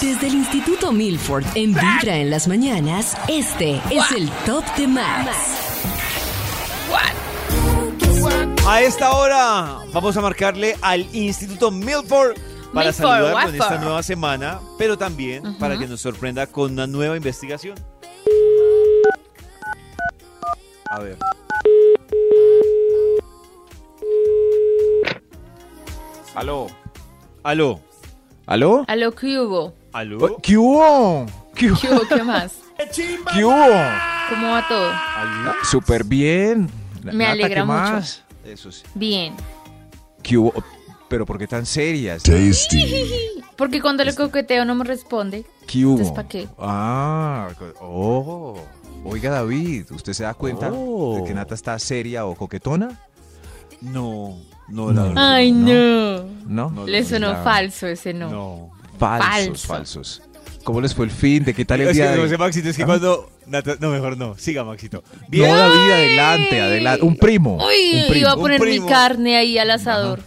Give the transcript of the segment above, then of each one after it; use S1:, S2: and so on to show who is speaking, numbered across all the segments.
S1: Desde el Instituto Milford en Vibra en las mañanas, este es el Top de Max.
S2: A esta hora vamos a marcarle al Instituto Milford para
S3: Milford,
S2: saludar con
S3: Watford.
S2: esta nueva semana, pero también para que nos sorprenda con una nueva investigación. A ver.
S4: Aló.
S2: Aló.
S4: ¿Aló?
S3: A lo que hubo.
S2: Aló.
S4: ¿Qué hubo? ¿Qué hubo?
S3: ¿Qué hubo? ¿Qué más?
S4: ¿Qué hubo?
S3: ¿Cómo va todo?
S2: Aló.
S4: Súper bien.
S3: Me
S4: Nata,
S3: alegra
S4: ¿qué
S3: mucho.
S4: más?
S2: Eso sí.
S3: Bien.
S4: ¿Qué hubo? Pero ¿por qué tan serias?
S3: Porque cuando
S4: Este-
S3: le coqueteo no me responde.
S4: ¿Qué hubo?
S3: Entonces, ¿pa' qué?
S4: Ah, co- oh. Oiga, David, ¿usted se da cuenta
S2: Oh.
S4: de que Nata está seria o coquetona?
S2: No, no, la
S4: No.
S2: verdad.
S3: Ay, no.
S4: No.
S3: Le sonó
S4: Nada.
S3: falso ese no.
S2: No.
S4: Falsos, falsos. ¿Cómo les fue el fin? ¿De qué tal el
S2: Es que
S4: día?
S2: no sé,
S4: de...
S2: Maxito, es que
S4: ¿Ah?
S2: cuando. Nata- No, mejor no. Siga, Maxito.
S4: No,
S2: Bien.
S4: David, adelante, adelante. Un primo.
S3: Uy,
S4: un primo.
S3: iba a
S2: un
S3: poner mi
S2: primo.
S3: carne ahí al asador.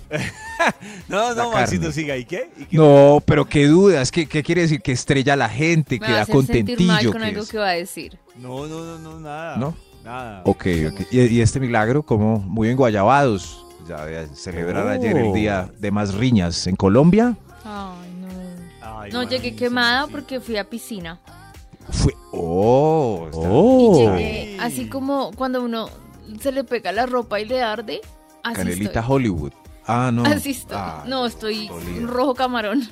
S2: No, no,
S4: la
S2: Maxito,
S4: carne.
S2: siga. ¿Y qué? ¿Y qué?
S4: No, pero qué dudas, ¿qué, qué quiere decir? Que estrella a la
S3: Me
S4: gente, que
S3: va a
S4: da
S3: hacer sentir mal
S4: contentillo.
S3: con
S4: que
S3: algo
S4: es-
S3: que va a decir.
S2: No, no, no, no, nada.
S4: ¿No?
S2: Nada.
S4: Ok, ok. Y, y este milagro, como muy enguayabados, ya de celebrar
S2: Oh.
S4: ayer el día de más riñas en Colombia.
S3: Ay, no.
S2: Ay,
S3: No llegué
S2: Maxito,
S3: quemada
S2: Maxito.
S3: porque fui a piscina.
S4: Fue. ¡Oh! está-
S3: Y
S2: Oh.
S3: llegué así como cuando uno se le pega la ropa y le arde. Así
S4: Canelita
S3: estoy.
S4: Hollywood. Ah, no.
S3: Así estoy.
S4: Ah,
S3: no, estoy
S4: dolida.
S3: un rojo camarón.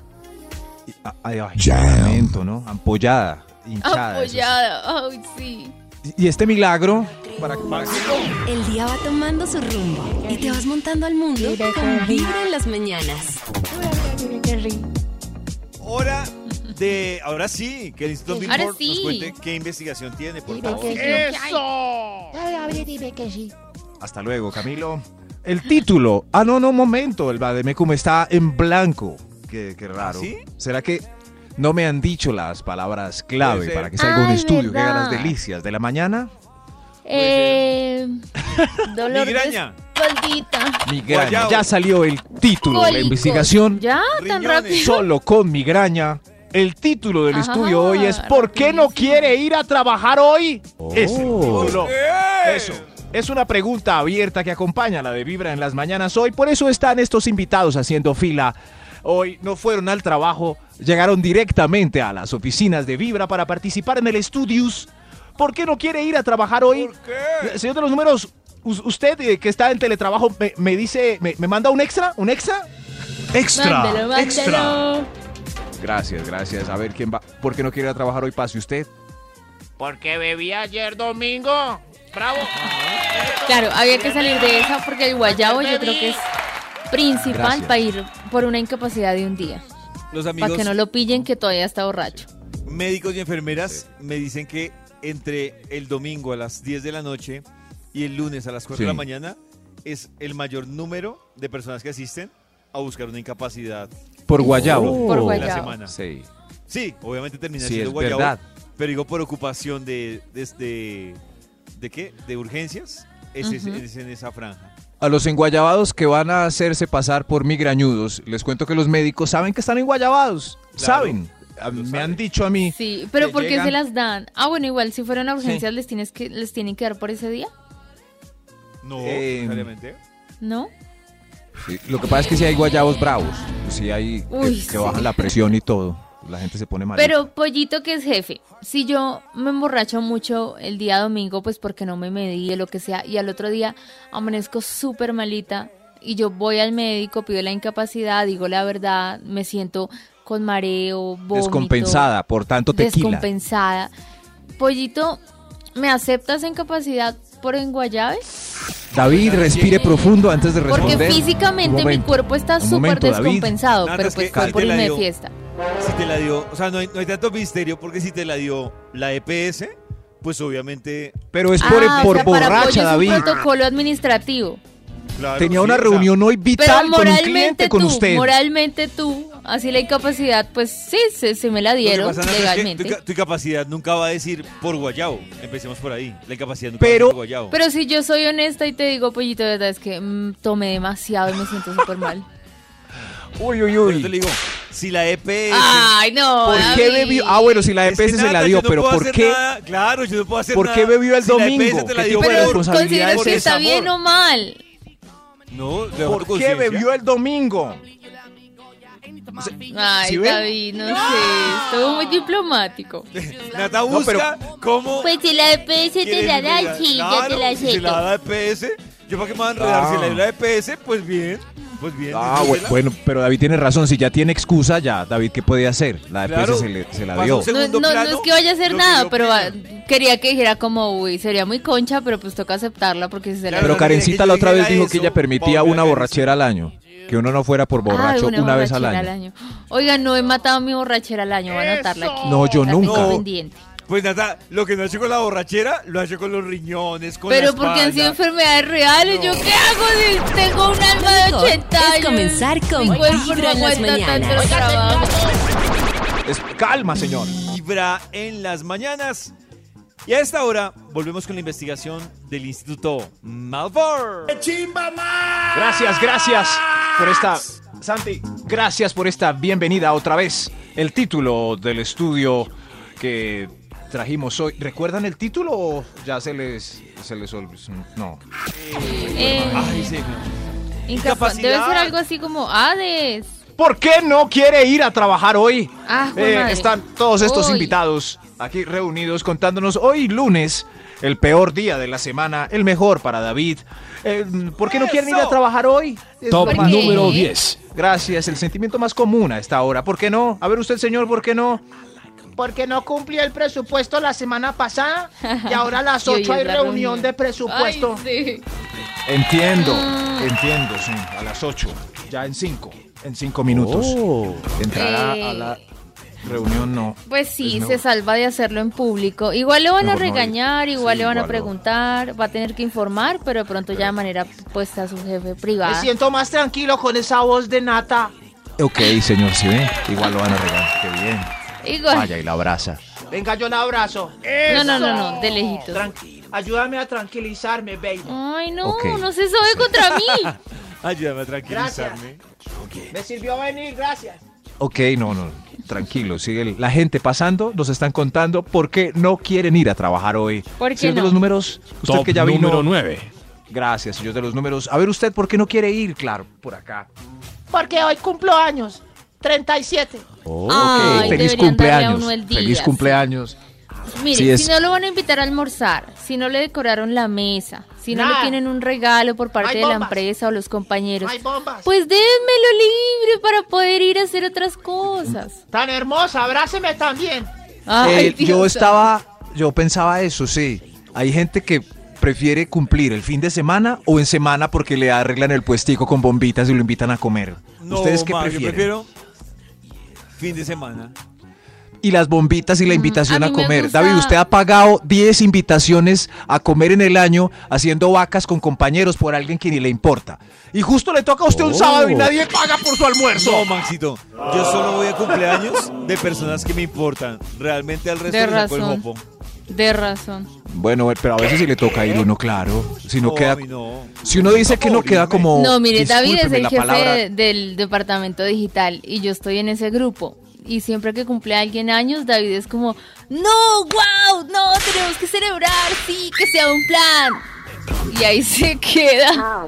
S4: y- ah, Ay, ay, lamento, ¿no? Ampollada, hinchada. eso sí.
S3: Apoyada. Ay, sí.
S4: Y y este milagro, para
S1: El día va tomando su rumbo y te vas montando al mundo con Vibra en las mañanas.
S2: Hora de. Ahora sí, que el Instituto
S3: Ahora
S2: Milford
S3: sí.
S2: nos cuente qué investigación tiene, por favor.
S4: Hasta luego, Camilo. El título. Ah, no, no, un momento. El Bademecum está en blanco. Qué, qué raro.
S2: ¿Ah, sí?
S4: ¿Será que no me han dicho las palabras
S2: Puede
S4: clave
S2: ser.
S4: para que salga un
S3: Ay,
S4: estudio que haga
S3: Ah, verdad.
S4: las delicias de la mañana?
S3: Eh, dolor
S2: Migraña.
S3: de espaldita.
S4: Migraña.
S2: Guayabo.
S4: Ya salió el título de la
S3: Cólicos.
S4: investigación.
S3: Ya, tan
S2: Riñones.
S3: rápido.
S4: Solo con migraña. El título del
S3: Ah,
S4: estudio hoy es ¿Por qué no
S3: rapidísimo.
S4: quiere ir a trabajar hoy? Es el
S1: Oh.
S4: título.
S2: ¡Eh!
S4: Eso. Es una pregunta abierta que acompaña a la de Vibra en las mañanas hoy. Por eso están estos invitados haciendo fila. Hoy no fueron al trabajo, llegaron directamente a las oficinas de Vibra para participar en el estudios. ¿Por qué no quiere ir a trabajar hoy? Eh, Señor de los números, us- usted eh, que está en teletrabajo, me, me dice, me, me manda un extra? ¿Un extra?
S3: Mándalo, mándalo.
S4: Gracias, gracias. A ver quién va. ¿Por qué no quiere ir a trabajar hoy? Pase usted.
S5: Porque bebí ayer domingo. Bravo.
S3: Claro, había que salir de esa porque el guayabo yo creo que es principal
S4: Gracias.
S3: para ir por una incapacidad de un día.
S2: Los
S3: Para
S2: amigos
S3: que no lo pillen que todavía está borracho.
S2: médicos y enfermeras me dicen que entre el domingo a las 10 de la noche y el lunes a las 4 de la
S4: Sí.
S2: mañana es el mayor número de personas que asisten a buscar una incapacidad
S4: Por guayabo.
S3: Por
S2: en Uh, la
S3: guayabo.
S2: semana.
S4: Oh. Sí,
S2: Sí, obviamente termina
S4: sí,
S2: siendo
S4: es
S2: guayabo,
S4: verdad.
S2: pero digo por ocupación de, de, de, ¿de qué? ¿De urgencias? Es, es-
S3: Ujú.
S2: es en esa franja.
S4: A los enguayabados que van a hacerse pasar por migrañudos, les cuento que los médicos saben que están enguayabados.
S2: Claro,
S4: saben. Ah,
S2: lo
S4: Me
S2: saben.
S4: han dicho a mí.
S3: Sí, pero
S4: Que
S3: ¿por qué
S4: llegan-
S3: se las dan? Ah, bueno, igual si fueron a urgencias les tienes que les tienen que dar por ese día,
S2: No,
S4: Eh,
S2: necesariamente.
S3: ¿no?
S4: Sí, eh, Lo que pasa es que si hay guayabos bravos. si hay que-
S3: Uy,
S4: que,
S3: sí.
S4: bajan la presión y todo. La gente se pone mal.
S3: Pero pollito que es jefe, si yo me emborracho mucho el día domingo, pues porque no me medí o lo que sea, y al otro día amanezco súper malita y yo voy al médico, pido la incapacidad, digo la verdad, me siento con mareo, vómito,
S4: descompensada, por tanto tequila.
S3: descompensada. Pollito, ¿me aceptas incapacidad por enguayabe?
S4: David, respire profundo antes de
S3: Porque
S4: responder.
S3: físicamente
S4: Pues, Un
S3: mi
S4: momento,
S3: cuerpo está
S4: un
S3: súper
S4: momento, David.
S3: descompensado,
S2: Nada,
S3: pero
S2: es que
S3: pues fue
S2: ahí
S3: por
S2: te la
S3: irme de
S2: dio.
S3: fiesta.
S2: si te la dio, o sea, no hay, no hay tanto misterio porque si te la dio la EPS, pues obviamente...
S4: Pero es por,
S3: Ah, o
S4: por
S3: sea, para apoyo es
S4: borracha,
S3: un
S4: David.
S3: protocolo administrativo.
S2: claro,
S4: Tenía
S2: sí,
S4: una
S2: o sea,
S4: reunión hoy vital
S3: Pero
S4: con un
S3: moralmente
S4: cliente, con
S3: tú,
S4: usted.
S3: moralmente tú, así la incapacidad, pues sí, se, se me la
S2: lo que
S3: dieron
S2: pasa, Nata, es que
S3: legalmente.
S2: tu, tu incapacidad nunca va a decir por guayabo. Empecemos por ahí. La incapacidad nunca
S4: Pero-
S2: va a decir por guayabo.
S3: Pero si yo soy honesta y te digo, pollito, de verdad es que mm, tomé demasiado y me siento súper mal.
S4: Uy, uy,
S2: Pero te
S4: uy.
S2: digo, si la E EPS...
S3: Ay, no.
S4: ¿Por qué
S3: David.
S4: bebió? Ah, bueno, si la
S2: Es
S4: EPS
S2: que
S4: se la
S2: Nata,
S4: dio,
S2: yo no
S4: pero
S2: puedo
S4: ¿por
S2: hacer
S4: qué?
S2: nada. Claro, yo no puedo hacer
S4: ¿Por
S2: nada.
S4: qué bebió el
S2: Si la
S4: domingo?
S2: EPS te la
S4: ¿Qué
S2: dio
S4: tipo de
S2: por-
S3: Pero
S4: responsabilidad
S3: consideras
S4: es
S3: que
S4: ese,
S3: está
S2: amor?
S3: bien o mal.
S2: No, de acuerdo
S4: ¿Por
S2: con
S4: qué
S2: ciencia.
S4: bebió el domingo?
S3: Ay,
S4: ¿Sí ven?
S3: David, no sé, estuvo muy diplomático.
S2: Nata
S4: No, pero-
S2: busca cómo...
S3: Pues si la EPS te
S2: quiere
S3: la da,
S2: enredar.
S3: sí, yo te
S2: Claro,
S3: la
S2: si se
S3: acepto.
S2: la da EPS, yo para qué me voy a enredar. Si la dio la EPS, pues bien. Pues bien.
S4: Ah, bueno,
S2: disfrútela.
S4: bueno, pero David tiene razón. Si ya tiene excusa, ya, David, ¿qué podía hacer? La EPS
S2: Claro.
S4: se, le- se la
S2: Pasa
S4: dio.
S2: un
S3: No,
S2: segundo
S3: no, no
S2: plano,
S3: es que vaya a hacer
S2: lo que
S3: nada,
S2: yo
S3: pero ah,
S2: opino.
S3: quería que dijera como, uy, sería muy concha, pero pues toca aceptarla porque si se la
S2: Claro,
S4: Pero
S2: no, mire,
S4: Karencita
S2: que
S4: la
S2: yo
S4: otra
S2: llegué
S4: vez
S2: a
S4: dijo
S2: eso,
S4: que ella
S2: pa'
S4: permitía
S2: volver a
S4: una
S2: eso.
S4: borrachera al año. Que uno no fuera por borracho
S3: Ah,
S4: una, vez al
S3: borrachera
S4: año.
S3: Oiga, no he matado mi borrachera al año, voy a anotarla aquí.
S4: No, yo
S3: La tengo
S4: nunca.
S3: pendiente.
S2: Pues Nata, lo que no ha hecho con la borrachera, lo ha hecho con los riñones, con la
S3: Pero
S2: espalda.
S3: porque han sido enfermedades reales, ¿yo qué hago si tengo un alma de
S1: Lo
S3: 80
S1: mejor
S3: años?
S1: es comenzar con
S3: Mi cuerpo no
S1: Vibra en las
S3: aguanta tanto
S1: mañanas.
S3: trabajo.
S4: Es- calma, señor.
S2: Vibra en las mañanas. Y a esta hora volvemos con la investigación del Instituto Malvar.
S4: Gracias, gracias por esta. Santi, gracias por esta bienvenida otra vez. El título del estudio que trajimos hoy. ¿Recuerdan el título o ya se les, se les olvidó? No.
S3: Eh,
S2: Ay, sí.
S3: incapaz- Debe ser algo así como Hades.
S4: ¿Por qué no quiere ir a trabajar hoy? Eh,
S3: Ah, jue madre.
S4: están todos estos
S3: Hoy.
S4: invitados aquí reunidos contándonos hoy lunes, el peor día de la semana, el mejor para David. Eh, ¿Por qué no quieren ir a
S2: ¡Eso!
S4: trabajar hoy? Es
S6: Top
S4: lo
S3: ¿Por
S4: más-
S3: qué?
S6: número 10.
S4: Gracias, el sentimiento más común a esta hora. ¿Por qué no? A ver usted, señor, ¿por qué no?
S7: Porque no cumplió el presupuesto la semana pasada y ahora a las
S3: Y hoy
S7: 8
S3: es
S7: hay
S3: la
S7: reunión,
S3: reunión.
S7: de presupuesto.
S3: Ay, sí.
S4: Entiendo, entiendo, sí, a las 8, ya en 5, en 5 minutos.
S6: Oh.
S4: Entrará
S7: Eh.
S4: a la reunión, no.
S3: Pues sí,
S4: Es
S3: se
S4: mejor.
S3: salva de hacerlo en público. Igual le van a
S4: Mejor no ir.
S3: regañar, igual
S4: Sí,
S3: le van a
S4: igual no.
S3: preguntar, va a tener que informar, pero de pronto ya de manera puesta a su jefe
S7: Me
S3: privada.
S7: siento más tranquilo con esa voz de nata.
S4: Ok, señor, si ve, igual lo van a regalar. Qué bien.
S3: Igual.
S4: Vaya y la abraza.
S7: Venga, yo la abrazo.
S3: No, no, no, no, de lejitos.
S7: Tranqui- ayúdame a tranquilizarme, baby.
S3: Ay, no,
S4: Ok.
S3: no se sobe contra mí.
S2: Ayúdame a tranquilizarme.
S7: Me sirvió venir, gracias.
S4: Ok, no, no, tranquilo. Sigue la gente pasando, nos están contando por qué no quieren ir a trabajar hoy.
S3: ¿Por qué
S4: Señor de
S3: no?
S4: los números, usted
S6: Top
S4: que ya vino.
S6: número 9.
S4: Gracias, señor de los números. A ver, usted, ¿por qué no quiere ir? Claro, por acá.
S7: Porque hoy cumplo años.
S3: Ay,
S4: Eh,
S7: 37.
S4: feliz
S3: deberían darle a
S4: cumpleaños.
S3: uno el día.
S4: feliz cumpleaños.
S3: Mire,
S4: Sí, es-
S3: si no lo van a invitar a almorzar, si no le decoraron la mesa, si no le
S7: Nada.
S3: tienen un regalo por parte
S7: Hay
S3: de la
S7: bombas.
S3: empresa o los compañeros,
S7: Hay bombas.
S3: pues déjenmelo libre para poder ir a hacer otras cosas.
S7: Tan hermosa, abráceme también.
S3: Ay,
S4: Eh, yo
S3: Dios.
S4: estaba, yo pensaba eso, sí. Hay gente que prefiere cumplir el fin de semana o en semana porque le arreglan el puestico con bombitas y lo invitan a comer.
S2: No,
S4: ¿Ustedes qué
S2: ma,
S4: prefieren?
S2: Yo prefiero fin de semana.
S4: Y las bombitas y la invitación
S3: Mm, a
S4: a,
S3: mí me
S4: comer.
S3: gusta-
S4: David, usted ha pagado 10 invitaciones a comer en el año haciendo vacas con compañeros por alguien que ni le importa. Y justo le toca a usted un sábado y nadie paga por su almuerzo.
S2: No, Maxito. Yo solo voy a cumpleaños de personas que me importan. Realmente al resto
S3: De
S2: le saco el
S3: razón.
S2: mopo.
S3: De razón.
S4: Bueno, pero a veces sí le toca ir uno, claro. Si no
S2: No,
S4: queda,
S2: a mí no.
S4: si uno dice que no queda
S2: Oh,
S4: como.
S3: No, mire, David es
S4: discúlpeme
S3: el
S4: la
S3: jefe
S4: palabra.
S3: de- del departamento digital y yo estoy en ese grupo. Y siempre que cumple alguien años, David es como, no, wow, no, tenemos que celebrar, sí, que sea un plan. Y ahí se queda.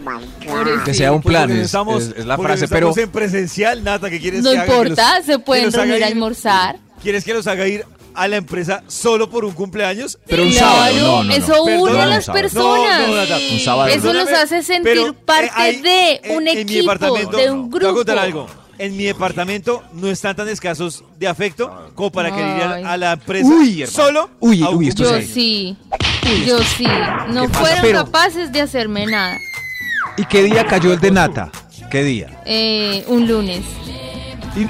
S3: Pobrecito.
S4: Que sea un plan,
S2: Porque
S4: es,
S2: estamos-
S4: es- es la
S2: porque
S4: frase, pero
S2: estamos en presencial, Nata, ¿qué quieres
S3: No
S2: que haga? Que
S3: importa, se pueden
S2: que los haga
S3: reunir a
S2: ir-
S3: almorzar.
S2: ¿Quieres que los haga ir a la empresa solo por un cumpleaños?
S4: Pero un
S3: Claro,
S4: sábado, no, no, no.
S3: eso une
S2: Perdóname,
S3: a las
S4: un sábado.
S3: personas.
S2: No, no, Nata,
S4: un sábado.
S3: Eso los
S2: Perdóname,
S3: hace
S2: pero,
S3: sentir
S2: eh,
S3: parte
S2: hay-
S3: de
S2: en-
S3: un
S2: en mi
S3: equipo,
S2: departamento-
S3: de un
S2: Te voy a
S3: grupo.
S2: contar algo. En mi departamento no están tan escasos de afecto como para que ir
S3: Ay.
S2: a, a la empresa
S4: Uy, hermano.
S2: solo.
S4: Uy,
S2: a un
S4: uy, esto
S3: Yo
S4: Entonces-
S3: sí, yo sí. No
S4: ¿Qué pasa?
S3: fueron
S4: Pero-
S3: capaces de hacerme nada.
S4: ¿Y qué día cayó el de Nata? ¿Qué día?
S3: Eh, un lunes.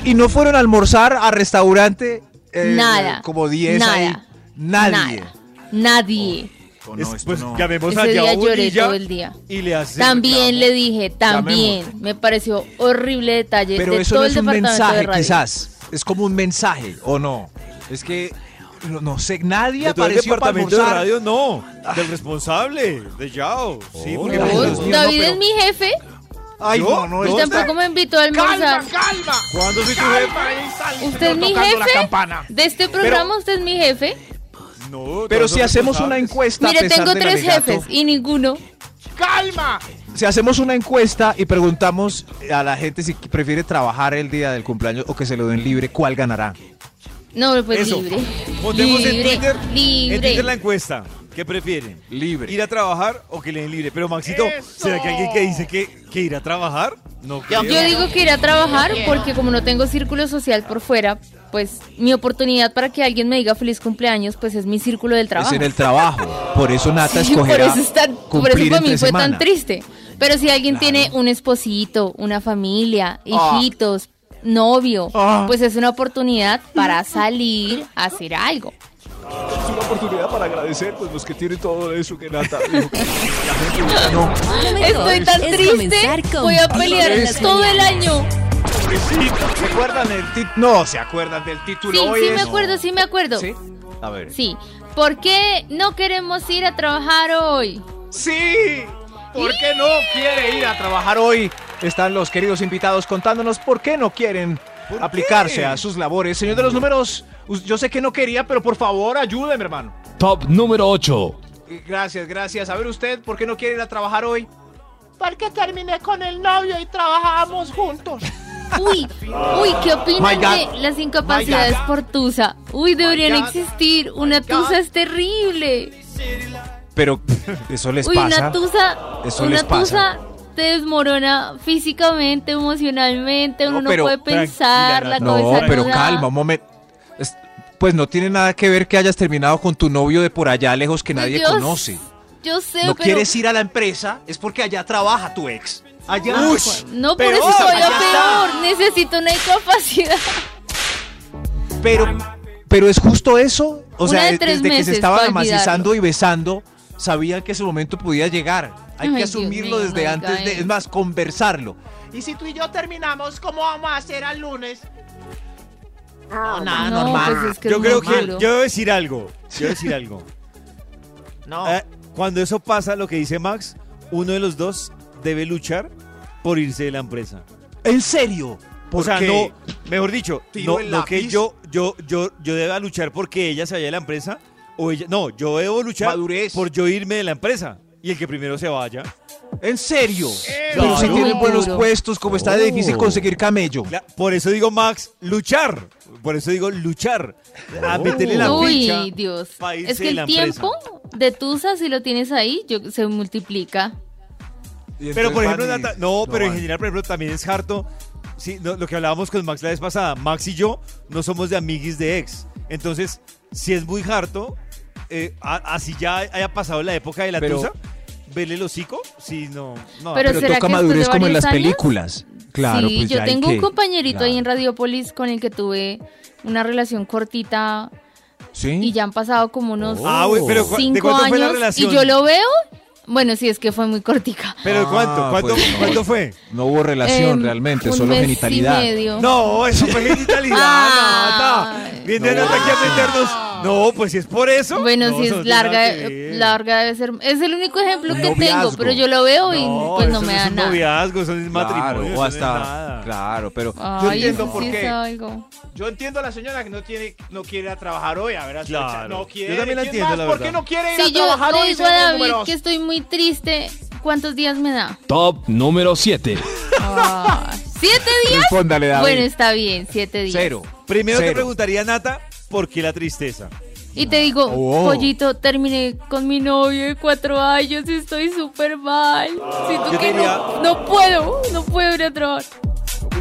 S4: Y, y no fueron a almorzar a restaurante. eh,
S3: Nada.
S4: Como 10
S3: nada,
S4: ahí. Nadie.
S3: Nada. Nadie.
S4: Oh,
S2: Es-
S4: no, esto
S2: pues
S4: no.
S2: llamemos
S3: Ese
S2: a
S3: día
S2: Yabu
S3: lloré
S2: y ya-
S3: todo el día.
S2: Y le hace
S3: También le dije, también.
S4: Llamemos.
S3: Me pareció horrible detalle
S4: Pero
S3: de
S4: eso
S3: todo
S4: no
S3: el
S4: es un
S3: departamento de
S4: mensaje,
S3: radio.
S4: quizás. Es como un mensaje, ¿o no? Es que, no, no sé, nadie
S2: De todo el
S4: apareció para
S2: departamento de
S4: almorzar.
S2: radio, no.
S4: Ah.
S2: Del responsable, de Yao. Sí, porque pues,
S3: No,
S4: Ay, Dios mío, no,
S3: David
S4: pero-
S3: es mi jefe
S4: Ay,
S2: ¿Yo?
S4: no, no,
S3: y
S2: ¿Dónde?
S3: tampoco me invitó a almorzar.
S7: ¡Calma, calma!
S2: ¿Cuándo soy tu
S7: ¡Calma!
S2: jefe?
S7: ahí está el
S3: Usted es
S7: señor
S3: mi
S7: tocando la
S3: jefe.
S7: campana.
S3: De este programa usted es mi jefe.
S2: No,
S4: Pero
S2: todos
S4: si
S2: son
S4: hacemos una
S2: responsables.
S4: encuesta. a
S3: Mire,
S4: pesar
S3: tengo
S4: del
S3: tres
S4: alegato,
S3: jefes y ninguno.
S7: ¡Calma!
S4: Si hacemos una encuesta y preguntamos a la gente si prefiere trabajar el día del cumpleaños o que se lo den libre, ¿cuál ganará?
S3: No, pues
S2: Eso.
S3: libre.
S2: Montemos en
S3: Libre,
S2: Twitter, en
S3: libre.
S2: Twitter la encuesta. ¿Qué prefieren?
S4: Libre.
S2: ¿Ir a trabajar o que le den libre? Pero Maxito, ¿será que alguien que dice que, que ir a trabajar? No creo.
S3: Yo digo que iré a trabajar porque como no tengo círculo social por fuera, pues mi oportunidad para que alguien me diga feliz cumpleaños, pues es mi círculo del trabajo.
S4: Es en el trabajo. Por eso Nata
S3: Sí, por
S4: escogerá
S3: eso, es tan- por
S4: cumplir
S3: eso para mí
S4: entre
S3: fue
S4: semana.
S3: tan triste. Pero si alguien tiene un esposito, una familia, hijitos, novio, pues es una oportunidad para salir a hacer algo.
S4: Es una oportunidad para agradecer pues, los que tienen todo eso que Nata dijo. La gente no.
S1: Lo mejor
S3: Estoy tan
S1: es
S3: triste,
S1: comenzar con
S3: voy a
S1: Vibra
S3: pelear
S1: en las
S3: todo el
S1: mañanas.
S3: año.
S4: ¿Se acuerdan del título? No, ¿se acuerdan del
S3: Sí,
S4: título? Hoy
S3: sí me
S4: es-
S3: acuerdo, sí me acuerdo.
S4: ¿Sí? A ver.
S3: Sí. ¿Por qué no queremos ir a trabajar hoy?
S4: ¡Sí! ¿Por qué no quiere ir a trabajar hoy? Están los queridos invitados contándonos por qué no quieren
S2: ¿Por qué?
S4: aplicarse a sus labores. Señor de los números, us- yo sé que no quería, pero por favor ayúdeme, hermano.
S6: Top número 8.
S4: Eh, Gracias, gracias. A ver usted, ¿por qué no quiere ir a trabajar hoy?
S7: Porque terminé con el novio y trabajábamos juntos.
S3: Uy, uy, ¿qué
S4: My
S3: opinan
S4: God.
S3: de las incapacidades
S4: My God.
S3: por tusa? Uy, deberían
S4: My God.
S3: existir. Una
S4: God.
S3: tusa es terrible.
S4: Pero eso les
S3: Uy, una tusa,
S4: Eso
S3: una
S4: les pasa.
S3: tusa te desmorona físicamente, emocionalmente,
S4: No,
S3: uno
S4: pero
S3: no puede
S2: tranquila,
S3: pensar, la
S2: Nata.
S4: No,
S3: cabeza
S4: pero
S3: no da.
S4: calma, un momento. Es- Pues no tiene nada que ver que hayas terminado con tu novio de por allá lejos que nadie
S3: Pues Yo-
S4: conoce.
S3: Yo sé,
S4: No
S3: pero
S4: quieres ir a la empresa, es porque allá trabaja tu ex. Allá.
S3: no por
S4: Peor,
S3: eso soy
S4: allá
S3: la
S4: está.
S3: peor, necesito una incapacidad.
S4: Pero, pero es justo eso. O
S3: Una
S4: sea,
S3: de
S4: de-
S3: tres
S4: desde que se
S3: meses
S4: estaban
S3: para
S4: amacizando y besando, sabían que ese momento podía llegar. Hay
S3: Ay,
S4: que
S3: Dios
S4: asumirlo
S3: mío,
S4: desde
S3: marica,
S4: antes, de,
S3: eh.
S4: es más, conversarlo.
S7: Y si tú y yo terminamos, ¿cómo vamos a hacer al lunes?
S4: No, nada,
S3: no,
S4: Ah, normal.
S3: Ah, pues es que
S2: Yo
S3: es
S2: creo
S3: muy
S2: que.
S3: duro.
S2: Yo debo decir algo. Yo debo decir algo.
S7: No.
S2: Eh, cuando eso pasa, lo que dice Max, uno de los dos debe luchar por irse de la empresa.
S4: ¿En serio?
S2: O sea,
S4: Porque-
S2: no, mejor dicho,
S4: Tiro
S2: no,
S4: el
S2: no que
S4: lápiz.
S2: yo, yo, yo, yo deba luchar porque ella se vaya de la empresa, o ella, no, yo debo luchar
S4: Madurez.
S2: por yo irme de la empresa. Y el que primero se vaya.
S4: ¿En serio?
S3: no,
S4: Pero si
S3: no.
S4: tienen
S3: Muy
S4: buenos
S3: duro.
S4: puestos, como está de
S2: Oh.
S4: difícil conseguir camello.
S2: Cla- Por eso digo, Max, luchar. Por eso digo, luchar. A
S4: Oh.
S2: meterle la ficha.
S3: Uy, Dios.
S2: pa' irse
S3: Es
S2: de
S3: que
S2: la
S3: el
S2: empresa.
S3: tiempo de tusa, si lo tienes ahí, yo- se multiplica.
S2: Pero por ejemplo, Nata- no, pero en
S4: general
S2: general, por ejemplo, también es harto. Sí, no, lo que hablábamos con Max la vez pasada, Max y yo no somos de amiguis de ex. Entonces, si es muy harto, eh, a- así ya haya pasado la época de la
S4: Pero-
S2: tusa, vele el hocico, si no, no.
S3: Pero ¿será
S4: Pero toca
S3: que después
S4: madurez
S3: de
S4: como en
S3: varios
S4: las
S3: años?
S4: películas. Claro,
S3: sí,
S4: pues
S3: yo
S4: ya hay
S3: tengo
S4: que-
S3: un compañerito ahí en
S4: claro.
S3: Radiopolis con el que tuve una relación cortita
S4: Sí.
S3: y ya han pasado como unos
S2: Ah, güey, pero cu- ¿de
S3: cinco
S2: cuánto
S3: años
S2: fue la relación?
S3: y yo lo veo, bueno, sí, es que fue muy cortica.
S2: Pero
S4: Ah,
S2: ¿cuánto? ¿Cuánto,
S4: pues no.
S2: cuánto fue?
S4: No hubo relación
S3: Em,
S4: realmente,
S3: un
S4: solo
S3: mes y
S4: genitalidad.
S3: medio.
S2: No, eso fue genitalidad,
S3: Ay.
S2: Nata. Viene Nata aquí a meternos. No, pues si es por eso.
S3: Bueno,
S2: no,
S3: si
S2: eso
S3: es
S2: no tiene
S3: larga,
S2: nada que ver.
S3: larga debe ser. Es el único ejemplo que
S4: Noviazgo.
S3: tengo, pero yo lo veo y
S2: No,
S3: pues no
S2: eso
S3: me
S2: es
S3: da
S2: un
S3: nada.
S2: noviazgo, eso es
S4: Claro,
S2: matrimonio, eso
S4: o
S2: no es
S4: hasta.
S2: nada.
S4: Claro, pero.
S3: Ay,
S4: yo entiendo
S3: eso
S4: por
S3: sí es
S4: qué.
S3: algo.
S7: Yo entiendo a la señora que no tiene, no quiere ir a trabajar hoy, a ver, a su
S2: Claro.
S7: exa- no
S2: Yo
S7: quiere.
S2: también la
S7: ¿Quién
S2: entiendo,
S7: más?
S2: la
S7: ¿Por
S2: verdad.
S7: qué no quiere ir
S3: Si
S7: a
S3: yo
S7: trabajar
S3: le
S7: hoy,
S3: digo a
S7: señor
S3: David
S7: números?
S3: que estoy muy triste, ¿cuántos días me da?
S6: Top número 7.
S3: Ah, ¿Siete días?
S4: Respóndale, David.
S3: Bueno, está bien, siete días.
S4: Cero.
S2: Primero te
S4: Cero.
S2: preguntaría, Nata, ¿por qué la tristeza?
S3: Y te digo,
S4: Oh.
S3: pollito, terminé con mi novio de cuatro años y estoy súper mal. Siento
S2: Yo
S3: que
S2: diría-
S3: no, no puedo, no puedo ir a trabajar.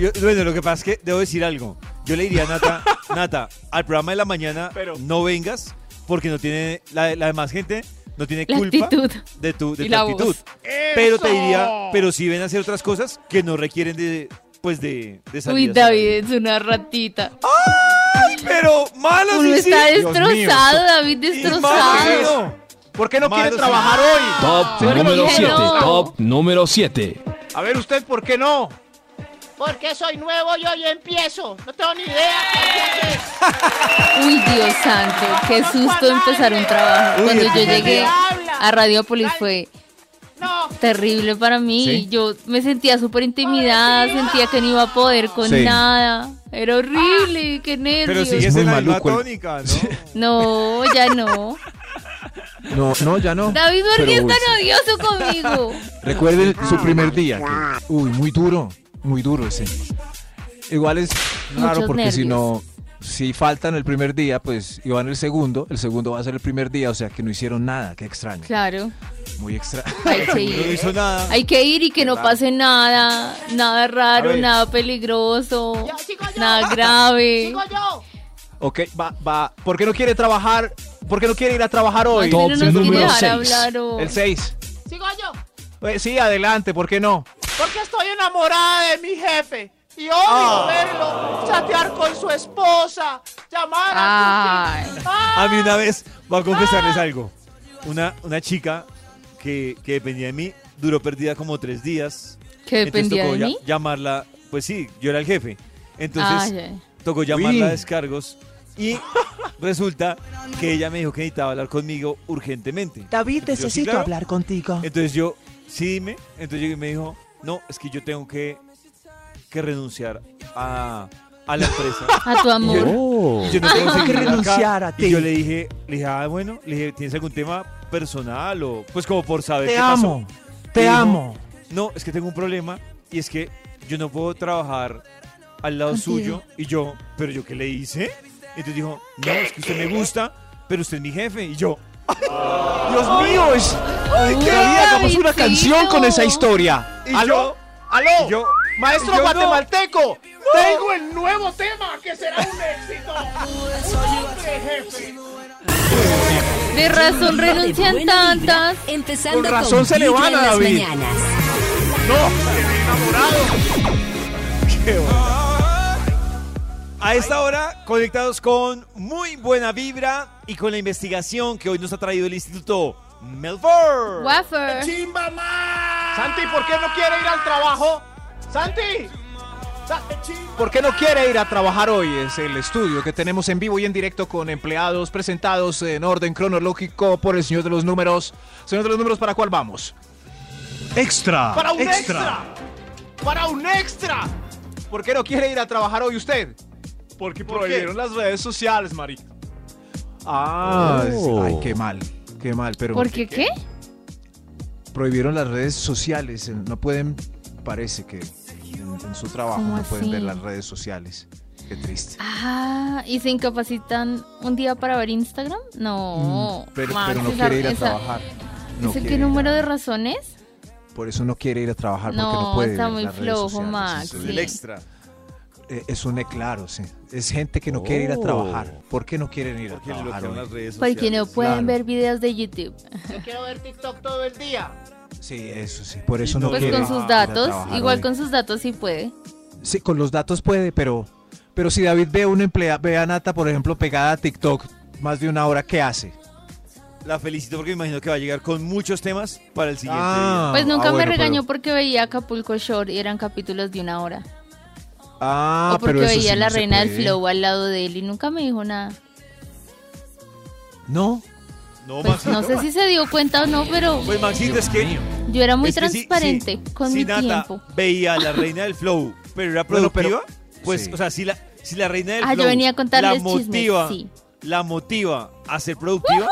S2: Yo- bueno, lo que pasa es que debo decir algo. Yo le diría a Nata, Nata, al programa de la mañana
S7: Pero-
S2: no vengas porque no tiene la, la demás gente no tiene
S3: La
S2: culpa
S3: actitud.
S2: de tu, de
S3: Y
S2: tu
S3: la
S2: actitud.
S3: voz.
S2: Pero te
S7: ¡Eso!
S2: diría, pero si ven a hacer otras cosas que no requieren de, después de, de salir.
S3: Uy,
S2: a hacer
S3: David,
S2: algo.
S3: es una ratita.
S2: ¡Ay, pero malos
S3: Uno
S2: y sí!
S3: está
S4: Dios mío,
S3: destrozado,
S4: esto-
S3: David,
S2: Y malos y
S3: destrozado.
S2: no.
S4: ¿Por qué no quiere
S2: Malos y-
S4: trabajar hoy?
S6: Top
S3: ¿por qué
S6: número
S3: no?
S6: 7. Top número 7.
S4: A ver, usted, ¿por qué no?
S7: Porque soy nuevo y hoy empiezo. No tengo ni idea.
S3: Uy, Dios santo, qué susto empezar un trabajo.
S2: Uy,
S3: Cuando yo
S2: ¿de qué
S3: llegué
S7: habla?
S3: a Radiópolis fue
S7: No,
S3: terrible para mí.
S4: ¿Sí?
S3: Yo me sentía súper intimidada, sentía que no iba a poder con
S4: Sí.
S3: nada. Era horrible,
S7: Ah.
S3: qué
S2: Pero
S3: nervios.
S2: sigues
S4: muy
S2: en la misma
S4: maluco el-
S2: tónica, ¿no?
S3: No, ya no.
S4: No, no, ya no.
S3: David, ¿por qué es
S4: Pero, uy,
S3: tan odioso conmigo?
S4: Recuerden su primer día. que- uy, muy duro, muy duro ese. Igual es raro
S3: Muchos
S4: porque si no,
S3: nervios.
S4: si faltan el primer día, pues y van el segundo, el segundo va a ser el primer día, o sea que no hicieron nada, qué extraño.
S3: Claro,
S4: Muy extraño.
S3: hay que
S2: No
S3: ir.
S2: hizo nada.
S3: Hay que ir y que no pase nada, nada
S4: A
S3: raro,
S4: ver.
S3: nada peligroso,
S7: Ya, sigo yo.
S3: nada grave.
S7: digo yo.
S4: Ok, va, va. ¿Por qué no quiere trabajar? ¿Por qué no quiere ir a trabajar hoy?
S3: No,
S6: Top
S3: no nos quiere
S6: número
S3: dejar
S6: seis.
S3: hablar o-
S4: El 6.
S7: Sigo yo.
S4: sí, adelante, ¿por qué no?
S7: Porque estoy enamorada de mi jefe. Y odio
S4: Ah.
S7: verlo chatear con su esposa, llamar a
S3: Ay.
S7: su
S2: A mí una vez, voy a confesarles
S3: Ah.
S2: algo. Una, una chica que, que dependía de mí duró perdida como tres días.
S3: ¿Que
S2: Entonces
S3: dependía
S2: tocó
S3: de
S2: ya-
S3: mí?
S2: Llamarla, pues sí, yo era el jefe.
S3: Ah,
S2: Entonces
S3: ya.
S2: tocó llamarla a
S4: Uy.
S2: descargos y resulta que ella me dijo que necesitaba hablar conmigo urgentemente.
S8: David,
S2: Entonces yo, sí,
S8: necesito
S2: claro.
S8: hablar contigo.
S2: Entonces yo, sí dime, entonces yo me dijo, no, es que yo tengo que, que renunciar a, a la empresa.
S3: A tu amor.
S2: Y yo no puedo
S8: Tengo que
S2: seguir acá.
S8: renunciar a
S2: Y
S8: ti.
S2: yo le dije, le dije, ah, bueno, le dije, ¿tienes algún tema personal o pues como por saber
S8: Te
S2: qué
S8: amo,
S2: Y
S8: te
S2: dijo,
S8: amo.
S2: pasó? No, es que tengo un problema y es que yo no puedo trabajar al lado
S3: Contigo.
S2: suyo y yo, pero yo qué le hice? Entonces dijo, no, es que usted me gusta, pero usted es mi jefe y yo,
S4: Dios mío, es. ¡Ay, qué vida! Hagamos una
S3: Davidcito.
S4: canción con esa historia.
S2: y yo,
S4: ¿Aló? ¿Aló?
S2: y yo,
S4: Maestro
S2: y yo no.
S4: guatemalteco, tengo
S7: Tengo el nuevo tema que será un éxito. Hombre, jefe.
S3: De razón renuncian tantas.
S1: Empezando
S4: Con razón
S1: con
S4: se le
S1: Vibra
S4: van a
S1: en las
S4: David.
S1: mañanas.
S2: A esta hora, conectados con muy buena vibra y con la investigación que hoy nos ha traído el Instituto Melbourne.
S3: Wafer.
S7: ¡Chimba más!
S4: Santi, ¿por qué no quiere ir al trabajo? Santi. Sa- ¿Por qué no quiere ir a trabajar hoy? Es el estudio que tenemos en vivo y en directo con empleados presentados en orden cronológico por el señor de los números. Señor de los números, ¿para cuál vamos?
S9: Extra.
S4: Para un
S9: extra.
S4: ¡Para un extra! ¿Por qué no quiere ir a trabajar hoy usted? Porque prohibieron las redes sociales, Mari. Ah, es-
S2: Oh.
S4: ay, qué mal, qué mal, pero
S3: ¿Por qué qué?
S4: prohibieron las redes sociales. eh, No pueden, parece que en, en su trabajo
S3: ¿Cómo
S4: no pueden ver
S3: así?
S4: las redes sociales. Qué triste.
S3: Ah, ¿y se incapacitan un día para ver Instagram? No.
S4: Mm, pero,
S3: Max,
S4: pero no
S3: esa-
S4: quiere ir a
S3: esa-
S4: trabajar. No
S3: ¿Ese
S4: quiere
S3: qué
S4: ir a-
S3: número de razones?
S4: Por eso no quiere ir a trabajar porque no
S3: No,
S4: puede.
S3: está
S4: ver
S3: muy
S4: las redes
S3: flojo,
S4: sociales,
S3: Max,
S4: eso es-
S3: sí.
S2: El extra.
S4: Eh, Es un claro, sí. Es gente que no quiere ir a trabajar. ¿Por qué no quieren ir a
S2: Oh. Porque lo
S4: trabajar?
S2: que en
S4: hoy?
S2: las redes sociales.
S3: Porque no pueden
S4: claro.
S3: ver videos de YouTube.
S7: Yo quiero ver TikTok todo el día.
S4: Sí, eso sí. Por eso
S2: Y
S4: no,
S2: no
S3: Pues
S4: quiere
S3: con
S4: ir a
S3: sus datos,
S4: trabajar
S3: igual
S4: hoy.
S3: con sus datos sí puede.
S4: Sí, con los datos puede, pero, pero si David ve a un emplea, ve a Nata, por ejemplo, pegada a TikTok más de una hora, ¿qué hace?
S2: La felicito porque me imagino que va a llegar con muchos temas para el siguiente
S4: Ah,
S3: Pues nunca
S4: ah,
S3: me
S4: bueno,
S3: regañó
S4: pero-
S3: porque veía Acapulco Shore y eran capítulos de una hora.
S4: Ah,
S3: o porque
S4: pero eso
S3: veía
S4: sí
S3: la
S4: no se
S3: reina del
S4: puede.
S3: flow al lado de él y nunca me dijo nada.
S4: No,
S2: día. No,
S3: Pues no sé si se dio cuenta o no, pero
S2: Pues Maxito, es que.
S3: yo era muy
S2: es que sí,
S3: transparente
S2: sí,
S3: con
S2: si
S3: mi
S2: Nata
S3: tiempo.
S2: Veía a la reina del flow, pero era
S4: Bueno, pero-
S2: productiva. pues,
S4: sí.
S2: o sea, si la, si la reina del
S3: Ah, yo
S2: flow
S3: venía a
S2: la
S3: contarles chismes,
S2: motiva,
S3: sí.
S2: la motiva a ser productiva,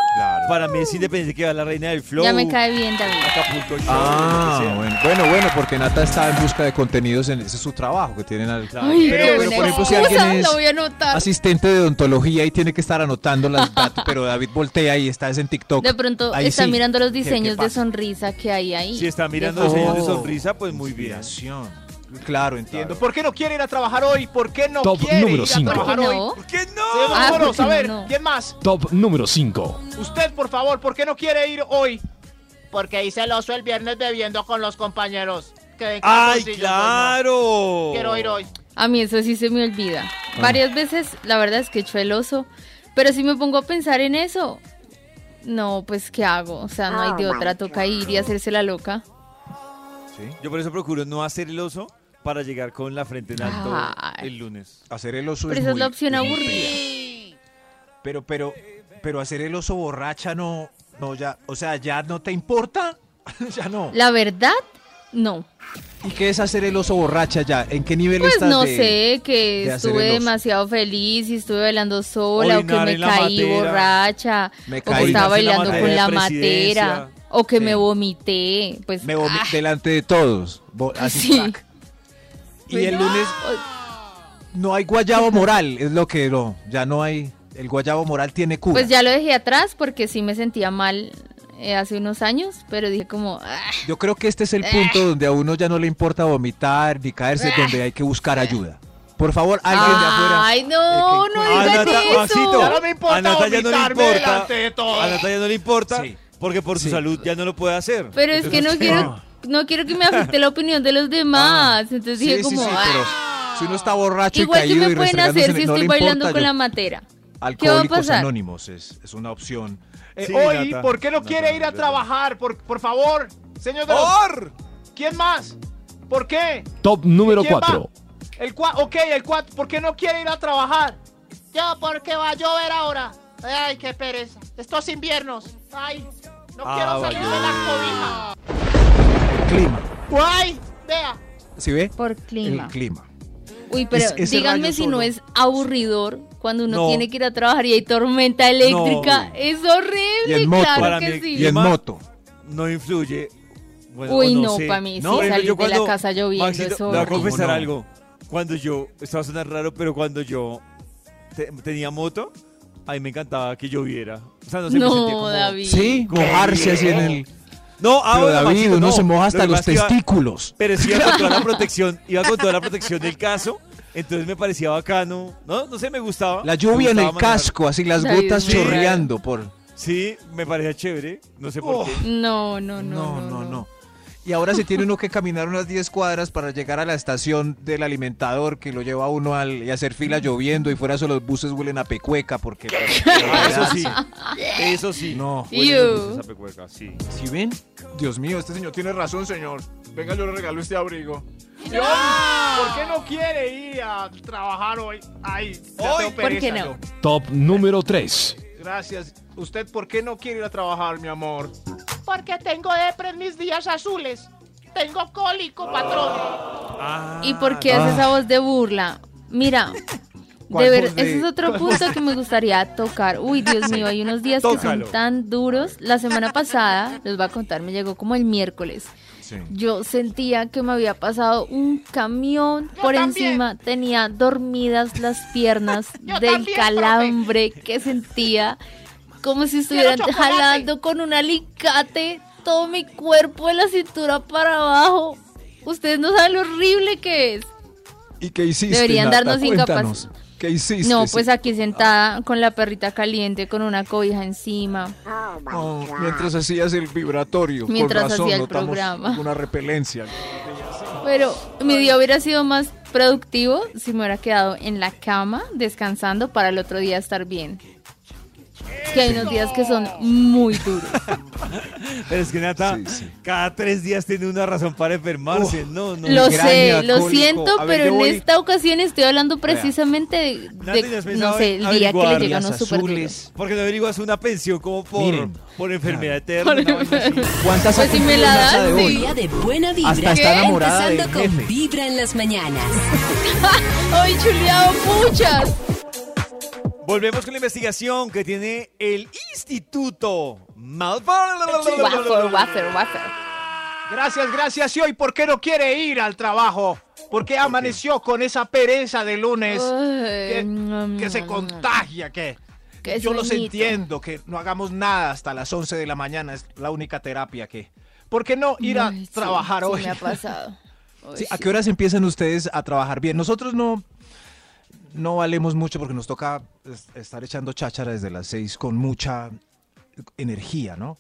S2: para mí es independiente que va la reina del flow.
S3: Ya me cae bien, David.
S2: Acapulco Shore, lo que
S4: ah,
S2: sea.
S4: bueno. bueno, bueno, porque Nata está en busca de contenidos, en, ese es su trabajo que tienen al
S2: Claro.
S3: Ay,
S4: Pero,
S3: qué
S4: pero,
S3: buena
S4: por ejemplo, si
S3: excusa,
S4: alguien es-
S3: la voy a anotar.
S4: asistente de odontología y tiene que estar anotando las datos, pero David voltea y está es en TikTok.
S3: De pronto
S4: Ahí
S3: está
S4: sí.
S3: mirando los
S4: ¿Qué- qué
S3: diseños de
S4: pasa?
S3: sonrisa que hay ahí.
S2: Si está
S3: De
S2: mirando
S3: fondo.
S2: diseños de
S4: Oh.
S2: sonrisa, pues muy bien.
S4: Inspiración. Claro, entiendo.
S2: Claro.
S4: ¿Por qué no quiere ir a trabajar hoy? ¿Por qué no
S6: Top
S4: quiere
S6: número
S4: ir
S6: cinco.
S3: ¿Por
S4: a
S3: qué
S4: trabajar hoy?
S3: no?
S2: ¿Por qué no?
S4: Señor
S3: Ah,
S4: Moros,
S3: porque
S4: a ver,
S3: no.
S4: ¿quién más?
S6: Top número 5.
S4: Usted, por favor, ¿por qué no quiere ir hoy?
S7: Porque hice el oso el viernes bebiendo con los compañeros. que venga.
S2: ¡Ay,
S7: consigo,
S2: claro!
S7: no. Quiero ir hoy.
S3: A mí eso sí se me olvida.
S4: Ah.
S3: Varias veces, la verdad es que echo el oso. Pero si me pongo a pensar en eso, no, pues ¿qué hago? O sea, no hay de otra. Toca ir y hacerse la loca.
S4: Pues
S2: Yo por eso procuro no hacer el oso para llegar con la frente en alto
S3: Ay.
S2: el lunes.
S4: Hacer el oso
S3: Pero
S4: es
S3: esa es
S4: muy-
S3: la opción
S4: muy
S3: aburrida.
S4: fea. Pero, pero, pero hacer el oso borracha no, no ya, o sea, ya no te importa, ya no.
S3: La verdad, no.
S4: ¿Y qué es hacer el oso borracha ya? ¿En qué nivel
S3: Pues
S4: estás
S3: no
S4: de-
S3: sé, que
S4: de hacer
S3: estuve
S4: el oso?
S3: demasiado feliz y estuve bailando sola o que
S2: Orinar
S3: me
S2: en la
S3: caí
S2: matera.
S3: borracha
S4: Me
S3: o
S4: caí.
S3: que estaba
S2: Orinarse en la
S3: bailando
S2: matera
S3: con
S2: de
S3: la
S2: presidencia.
S3: matera o que
S4: Sí.
S3: me vomité. Pues
S4: Me vomi-
S3: ah, Pues
S4: delante de todos, bo- así
S3: Sí.
S4: tac. Y
S3: pues,
S4: el lunes no hay guayabo moral, es lo que no, ya no hay, el guayabo moral tiene cura.
S3: Pues ya lo dejé atrás porque sí me sentía mal eh, hace unos años, pero dije como, "Ah,
S4: Yo creo que este es el
S3: Eh.
S4: punto donde a uno ya no le importa vomitar ni caerse, donde hay que buscar ayuda. Por favor, alguien de afuera.
S3: ay no,
S4: Eh, que
S3: no
S4: encuentre-
S3: digas
S2: Nata- Maxito,
S3: eso.
S7: Ya no me importa
S2: a Nata ya no le
S7: vomitarme
S2: importa.
S7: delante de todos.
S2: A Nata ya no le importa
S4: Sí.
S2: porque por su
S4: Sí.
S2: salud ya no lo puede hacer.
S3: Pero es que no quiero, no quiero que me afecte la opinión de los demás. Entonces
S4: Sí,
S3: dije
S4: sí,
S3: como,
S4: sí,
S3: "Ah".
S4: pero si uno está borracho y
S3: igual que
S4: caído
S3: me
S4: y
S3: pueden
S4: restregándose
S3: hacer
S4: en el-
S3: si
S4: no le
S3: estoy bailando
S4: importa,
S3: con
S4: yo-
S3: la matera. ¿Qué va a
S4: Alcohólicos
S3: pasar?
S4: Anónimos es, es una opción.
S7: Eh,
S2: Sí,
S7: hoy,
S2: Nata.
S7: ¿por qué no,
S2: Nata,
S7: quiere ir a
S2: Nata.
S7: trabajar? Por, por favor, señor de los-
S2: Oh.
S7: ¿Quién más? ¿Por qué?
S6: Top número
S7: ¿Quién va?
S6: 4.
S7: El cua ok, el cuatro. ¿Por qué no quiere ir a trabajar?
S8: Yo, porque va a llover ahora. Ay, qué pereza. Estos inviernos. Ay,
S7: No
S2: Ah,
S7: quiero
S2: vale.
S7: salir de la cobija.
S4: Clima.
S8: guay. Vea.
S4: ¿Sí ve?
S3: Por clima.
S4: El clima.
S3: Uy, pero
S4: Es- ese
S3: díganme
S4: rayo
S3: si no
S4: solo.
S3: es aburridor cuando uno
S2: No.
S3: tiene que ir a trabajar y hay tormenta eléctrica.
S2: No.
S3: Es horrible,
S4: Y en moto.
S3: claro
S2: Para
S3: que
S2: mí-
S3: sí.
S4: Y en
S2: Clima.
S4: moto.
S2: No influye. Bueno,
S3: Uy,
S2: o
S3: no,
S2: sé.
S3: pa' mí sí,
S2: Por ejemplo,
S3: salir
S2: yo
S3: de la
S2: cuando-
S3: casa lloviendo es
S2: le voy a
S3: horrible.
S2: confesar
S4: ¿Cómo no?
S2: algo. Cuando yo, esto va a sonar raro, pero cuando yo te- tenía moto, a mí me encantaba que lloviera. O sea, no sé, me sentía
S3: No,
S2: como-
S3: David.
S4: Sí, mojarse así en el.
S2: No,
S4: Pero
S2: ahora
S4: David,
S2: Maxito,
S4: uno
S2: Ah, no.
S4: se moja hasta
S2: Lo que
S4: los
S2: pasa es que iba-
S4: testículos.
S2: Pero sí iba con toda la protección, iba con toda la protección del caso, entonces me parecía bacano. No, no sé, me gustaba.
S4: La lluvia en
S2: Me
S4: el
S2: gustaba manejar.
S4: casco, así las
S3: David,
S4: gotas
S3: muy raro.
S4: chorreando por.
S2: Sí, me parecía chévere, no sé por
S4: Oh.
S2: qué.
S3: No, no, no.
S4: No, no, no. Y ahora se tiene uno que caminar unas 10 cuadras para llegar a la estación del alimentador que lo lleva a uno al, y hacer fila lloviendo y fuera eso los buses huelen a pecueca porque...
S2: Ah, eso sí, eso sí.
S4: No.
S2: Huelen los
S3: Ew.
S2: buses a pecueca, sí.
S4: ¿Sí ven? Dios mío, este señor tiene razón, señor. Venga, yo le regalo este abrigo.
S7: ¿Por qué no quiere ir a trabajar hoy? Ay, ya
S4: Hoy.
S7: tengo
S3: ¿Por qué
S7: pereza,
S3: no?
S7: yo.
S6: Top número 3.
S7: Gracias. ¿Usted por qué no quiere ir a trabajar, mi amor?
S8: Porque tengo depre en mis días azules. Tengo cólico, patrón.
S4: Ah.
S3: ¿Y por qué haces esa voz de burla? Mira,
S4: ¿Cuál
S3: de ver,
S4: voz de-
S3: ese es otro punto que me gustaría tocar. Uy, Dios mío, hay unos días que
S2: Tócalo.
S3: son tan duros. La semana pasada, les voy a contar, me llegó como el miércoles. Yo sentía que me había pasado un camión
S8: Yo
S3: por
S8: también.
S3: encima. Tenía dormidas las piernas
S8: Yo
S3: del
S8: también,
S3: calambre que sentía como si estuvieran
S8: chocolate.
S3: jalando con un alicate todo mi cuerpo de la cintura para abajo. Ustedes no saben lo horrible que es.
S4: ¿Y qué hiciste?
S3: Deberían
S4: Nata?
S3: darnos incapaz-
S4: Cuéntanos, ¿Qué hiciste?
S3: No,
S4: Sí.
S3: pues aquí sentada con la perrita caliente, con una cobija encima.
S4: Oh, mientras hacías el vibratorio. con
S3: Mientras
S4: razón,
S3: hacía el
S4: notamos
S3: programa.
S4: Una repelencia.
S3: Pero mi día hubiera sido más productivo si me hubiera quedado en la cama descansando para el otro día estar bien. Que hay unos días que son muy duros.
S2: Pero es que Nata,
S4: Sí, sí.
S2: cada tres días tiene una razón para enfermarse. no, no.
S3: lo
S4: migraña,
S3: sé, lo
S4: cólico.
S3: siento,
S4: A ver,
S3: pero
S4: yo
S3: en
S4: voy-
S3: esta ocasión estoy hablando precisamente de,
S2: Nata,
S3: de-
S2: ¿y has
S3: no
S2: pensado
S3: sé,
S2: en
S3: el día que le
S2: averiguar
S3: llega
S4: las
S3: uno súper duro.
S4: azules?
S2: Porque no averiguas una pensión como por,
S4: Miren.
S2: por enfermedad eterna. una vaina así.
S4: ¿Cuántas
S3: Pues
S4: ha
S3: si me
S4: cumplido
S3: la
S4: Nata
S3: das,
S4: de hoy?
S1: Día de buena vibra.
S4: Hasta está enamorada
S1: Empezando
S4: del
S1: con
S4: jefe.
S1: Vibra en las mañanas.
S3: ¡Ay, chuleado, puchas!
S2: Volvemos con la investigación que tiene el Instituto Malfoy.
S3: Wafer, wafer, wafer.
S7: Gracias, gracias. ¿Y hoy por qué no quiere ir al trabajo? Porque amaneció con esa pereza de lunes
S3: Ay,
S7: que,
S3: mm,
S7: que se
S3: mm,
S7: contagia, que...
S3: Qué
S7: Yo los
S3: sueñito.
S7: entiendo, que no hagamos nada hasta las 11 de la mañana, es la única terapia que... ¿Por qué no ir a
S3: Ay, sí,
S7: trabajar
S3: sí
S7: hoy?
S3: me ha pasado. Ay,
S4: Sí, ¿A
S3: sí.
S4: qué horas empiezan ustedes a trabajar bien? Nosotros no, no valemos mucho porque nos toca es- estar echando cháchara desde las seis con mucha energía, ¿no?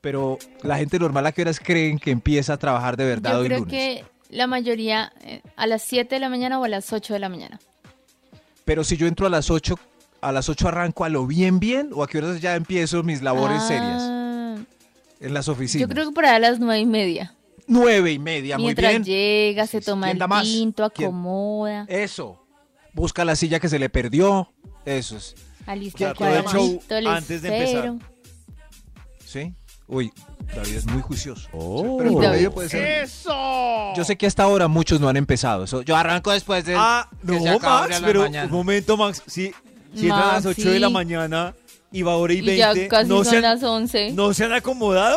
S4: Pero la gente normal a qué horas creen que empieza a trabajar de verdad
S3: Yo
S4: hoy
S3: creo
S4: lunes.
S3: que la mayoría eh, a las 7 de la mañana o a las 8 de la mañana.
S4: Pero si yo entro a las 8, a las 8 arranco a lo bien bien o a qué horas ya empiezo mis labores serias
S3: Ah,
S4: en las oficinas.
S3: Yo creo que por ahí a las 9 y media.
S4: Nueve y media,
S3: Mientras
S4: muy bien.
S3: llega, se toma
S4: ¿Quién
S3: el
S4: da más?
S3: tinto,
S4: ¿Quién?
S3: acomoda,
S4: Eso. Busca la silla que se le perdió. Eso es.
S3: alista
S2: Ya,
S3: el
S2: todo el show
S3: cuadernito, el
S2: antes de empezar.
S3: esfero.
S4: ¿Sí? Uy, David es muy juicioso.
S3: Y
S7: Oh.
S4: Pero el
S3: David.
S4: promedio
S2: pues,
S4: puede ser.
S5: ¡Eso!
S4: Yo sé que hasta ahora muchos no han empezado. Eso, yo arranco después de.
S2: Ah,
S4: que se
S2: no,
S4: acabe
S2: Max,
S4: la
S2: pero
S4: mañana.
S2: un momento, Max. Si, si entran a las 8 de la
S3: Maxi.
S2: mañana y va hora y
S3: Y ya
S2: 20,
S3: casi
S2: ¿no,
S3: son
S2: se han,
S3: las 11.
S2: ¿no se han acomodado?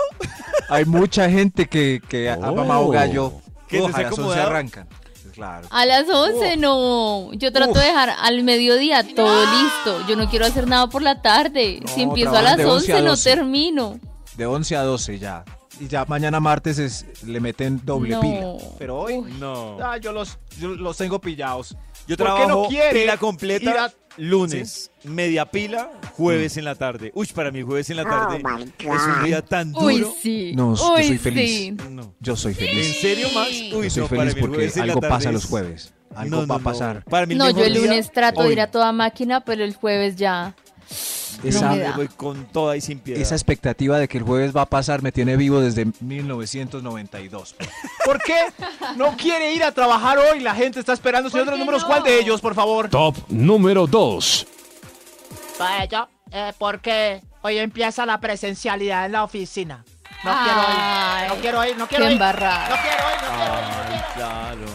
S4: Hay mucha gente que, que ha- ha
S6: Oh.
S4: mamado gallo.
S2: Que
S4: Ojo,
S2: no se
S4: a
S2: ha
S4: las 11
S2: acomodado.
S4: arrancan. Ah. Claro.
S3: A las 11 no. Yo trato
S4: Uf.
S3: de dejar al mediodía todo listo. Yo no quiero hacer nada por la tarde.
S4: No,
S3: si empiezo a
S4: trabajan
S3: las
S4: de 11
S3: 11,
S4: a
S3: no
S4: 12.
S3: termino.
S4: De 11 a 12 ya. Y ya mañana martes es- le meten doble
S3: No.
S4: pila. Pero hoy.
S2: No.
S4: Ah, yo, los, yo los tengo pillados.
S2: Yo
S4: ¿Por qué
S2: trabajo
S4: no quiere
S2: pila
S4: ir
S2: completa
S4: a- Mm.
S2: lunes, media pila, jueves en la tarde. Uy, para mí jueves en la tarde es un día tan duro.
S3: Uy, sí.
S4: No, yo
S3: Uy,
S4: soy feliz.
S3: sí.
S2: No.
S4: Yo soy feliz.
S2: ¿En serio, Max? Uy,
S4: Yo soy
S2: no, para
S4: feliz
S2: mí el
S4: porque
S2: jueves en la
S4: algo
S2: tarde
S4: pasa
S2: es-
S4: los jueves. Algo
S2: No, no,
S4: va a
S2: no.
S4: pasar.
S2: Para mí
S3: No, yo
S2: mejor
S3: el
S2: día-
S3: lunes trato de ir
S2: Hoy.
S3: a toda máquina, pero el jueves ya.
S4: Esa-
S3: me da.
S2: Voy con toda y sin piedad.
S4: Esa expectativa de que el jueves va a pasar me tiene vivo desde 1992.
S7: ¿Por qué no quiere ir a trabajar hoy? La gente está esperando.
S3: ¿Por
S7: Señor de los
S3: qué
S7: números,
S3: no?
S7: ¿cuál de ellos, por favor?
S6: Top número 2.
S8: Pues yo, eh, porque hoy empieza la presencialidad en la oficina. No
S3: Ay.
S8: quiero ir, no quiero ir, no
S3: Qué
S8: quiero ir. No
S3: embarrada.
S8: quiero ir, no quiero ir, no quiero ir.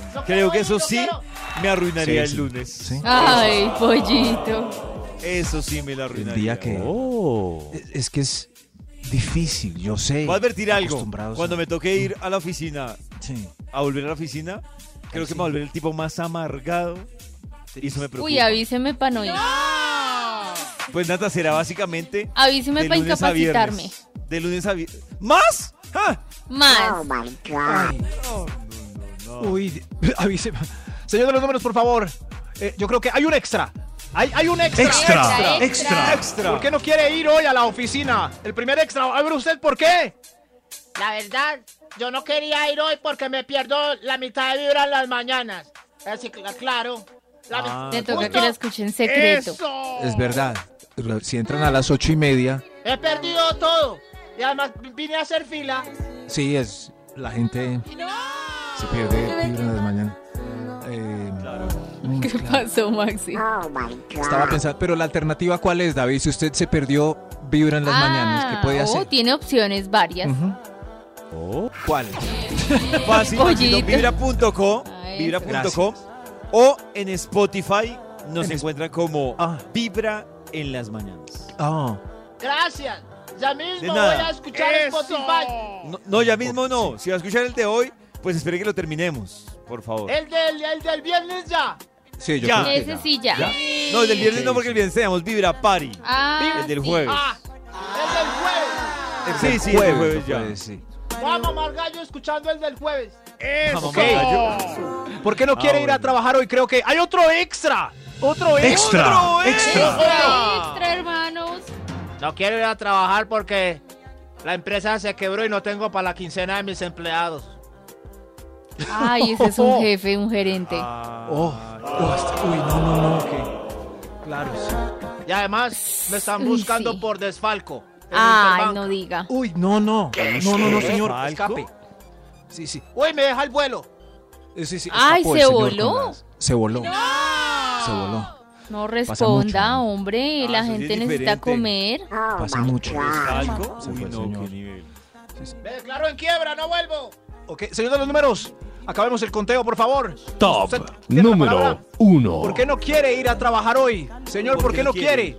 S2: Claro.
S8: No
S2: Creo
S8: quiero
S2: que
S8: ir,
S2: eso
S8: no
S2: sí
S8: quiero.
S2: me arruinaría
S4: Sí,
S2: el
S4: sí.
S2: lunes.
S4: Sí.
S3: Ay, pollito.
S2: Eso sí me la
S4: El
S2: arruinaría.
S4: día que...
S7: Oh.
S4: Es- Es que es difícil, yo sé.
S2: Voy a advertir algo.
S4: acostumbrados
S2: Cuando
S4: a- Mm.
S2: me toque ir a la oficina,
S4: Sí.
S2: a volver a la oficina, creo que me va a volver el tipo más amargado. Y eso me preocupa.
S3: Uy, avíseme para no ir.
S2: Pues Nata será básicamente
S3: Avíseme
S2: de
S3: para
S2: lunes a
S3: incapacitarme.
S2: viernes. De lunes a viernes. ¿Más? ¡Ah!
S7: Oh
S3: Más.
S4: Uy, avíseme. Señor de los números, por favor. Eh, yo creo que hay un extra. Hay, hay un extra.
S9: Extra.
S3: Extra,
S9: Extra.
S2: ¡Extra!
S7: ¿Por qué no quiere ir hoy a la oficina? El primer extra. A ver usted, ¿por qué?
S8: La verdad, yo no quería ir hoy porque me pierdo la mitad de vibra en las mañanas. Así que, claro. La mi-
S3: Te toca
S8: justo
S3: que la escuche en secreto.
S4: Es verdad. Si entran a las ocho y media,
S8: He perdido todo. Y además vine a hacer fila.
S4: sí, es... La gente se pierde vibra en las mañanas. Eh, mm,
S3: ¿Qué
S4: claro.
S3: pasó, Maxi?
S4: Estaba pensando, pero la alternativa cuál es, David? Si usted se perdió vibra en las mañanas, ¿qué puede
S3: oh,
S4: hacer?
S3: tiene opciones varias.
S4: ¿Cuál?
S2: Oh. Fácil,
S3: Pollito.
S2: Maxito, vibra.co,
S3: Ah, eso.
S2: vibra.co o en Spotify nos encuentran como
S4: Ah.
S2: Vibra en las mañanas.
S4: Ah,
S8: Gracias. Ya mismo voy
S2: nada.
S8: a escuchar Spotify.
S2: No, no, ya mismo no. Si va a escuchar el de hoy, pues espere que lo terminemos, por favor.
S3: Eh,
S8: El del, el del viernes ya.
S4: sí, yo
S2: Ya.
S4: creo que
S3: Ese sí ya.
S2: ¿Ya? No, el del viernes no, porque el viernes tenemos Vibra Party.
S3: Ah,
S2: El del
S3: sí.
S2: jueves.
S8: Ah, el del jueves.
S2: Sí,
S4: El
S2: sí, el del
S4: jueves, pues.
S2: jueves
S4: no
S2: ya.
S4: puede, sí.
S8: Vamos, Margallo, escuchando el del jueves.
S2: Vamos,
S7: Ok.
S2: vamos.
S7: ¿Por qué no quiere ir a
S2: bueno.
S7: trabajar hoy? Creo que hay otro extra. Otro extra.
S9: Extra. Extra.
S3: Extra, extra, hermanos.
S8: No quiero ir a trabajar porque la empresa se quebró y no tengo para la quincena de mis empleados.
S3: Ay, ese es un jefe, un gerente.
S2: Ah.
S4: Oh, oh, este- uy, no, no, no, que claro. sí.
S8: Y además me están
S3: Uy,
S8: buscando
S3: sí.
S8: por desfalco. en
S3: Ay,
S8: Interbank.
S3: no diga.
S4: Uy, no, no. No, no, no, señor,
S2: ¿Falco?
S4: escape. Sí, sí.
S8: Uy, me deja el vuelo.
S4: eh, sí, sí,
S3: Ay,
S4: escapó
S3: ¿se
S4: el señor
S3: voló?
S4: con las- Se voló. Se voló.
S3: No
S4: mucho,
S3: responda,
S4: ¿no?
S3: hombre.
S2: Ah,
S3: La
S2: eso sí es
S3: gente necesita
S2: diferente.
S3: comer.
S4: Pasa mucho.
S2: ¿Algo?
S4: Se
S2: Uy,
S4: fue el
S2: no,
S4: señor.
S2: qué nivel.
S8: Me declaro en quiebra, no vuelvo.
S7: Ok, señor de los números. Acabemos el conteo, por favor.
S6: Top
S7: Usted tiene la palabra.
S6: número 1.
S7: ¿Por qué no quiere ir a trabajar hoy? Señor, ¿por qué no quiere?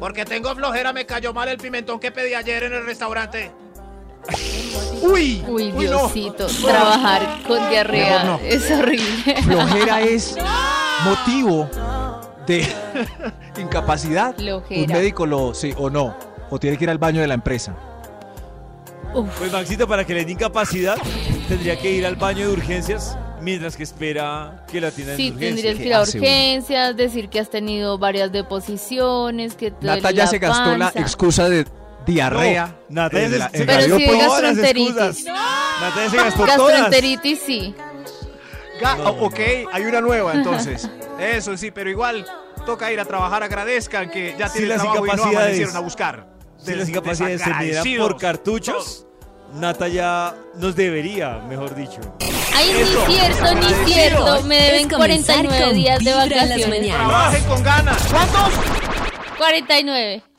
S8: Porque tengo flojera, me cayó mal el pimentón que pedí ayer en el restaurante.
S7: Uy.
S3: Uy,
S7: no.
S3: Diosito, trabajar con diarrea
S4: Mejor no.
S3: es horrible.
S4: Flojera es motivo de incapacidad.
S3: Flojera.
S4: Un médico lo, sí, o no. O tiene que ir al baño de la empresa.
S3: Uf,
S2: Pues Maxito, para que le den incapacidad, tendría que ir al baño de urgencias mientras que espera que la atiendan
S3: sí,
S2: en urgencias.
S3: tendrías que ir
S4: ¿Qué
S3: a
S4: hace uno?
S3: urgencias, decir que has tenido varias deposiciones, que te duele
S4: Nata ya
S3: la
S4: se gastó la
S3: panza.
S4: excusa de diarrea.
S2: No, Natalia
S4: en
S2: se-
S4: la-
S2: se
S4: en
S3: Pero
S4: Radio
S3: sí de
S4: Pop.
S2: todas las
S3: gastroenteritis.
S2: excusas. Natalia se gastó todas.
S3: Gastroenteritis sí.
S4: Ga- ok, hay una nueva entonces. Eso sí, pero igual toca ir a trabajar. Agradezcan que ya
S2: Si
S4: tienen
S2: las
S4: trabajo y no
S2: incapacidades-
S4: amanecieron a buscar.
S2: Si
S4: Des-
S2: las incapacidades se midieran
S4: desagradecidos.
S2: por cartuchos, Nata ya nos debería, mejor dicho.
S3: Ay, ni cierto, ni
S4: agradecido.
S3: cierto. Me
S1: Es
S3: deben
S1: comenzar
S3: 49
S1: con
S3: días de
S1: Vibra en las
S3: vacaciones.
S1: mañanas.
S4: Trabajen con ganas. ¿Cuántos?
S3: 49.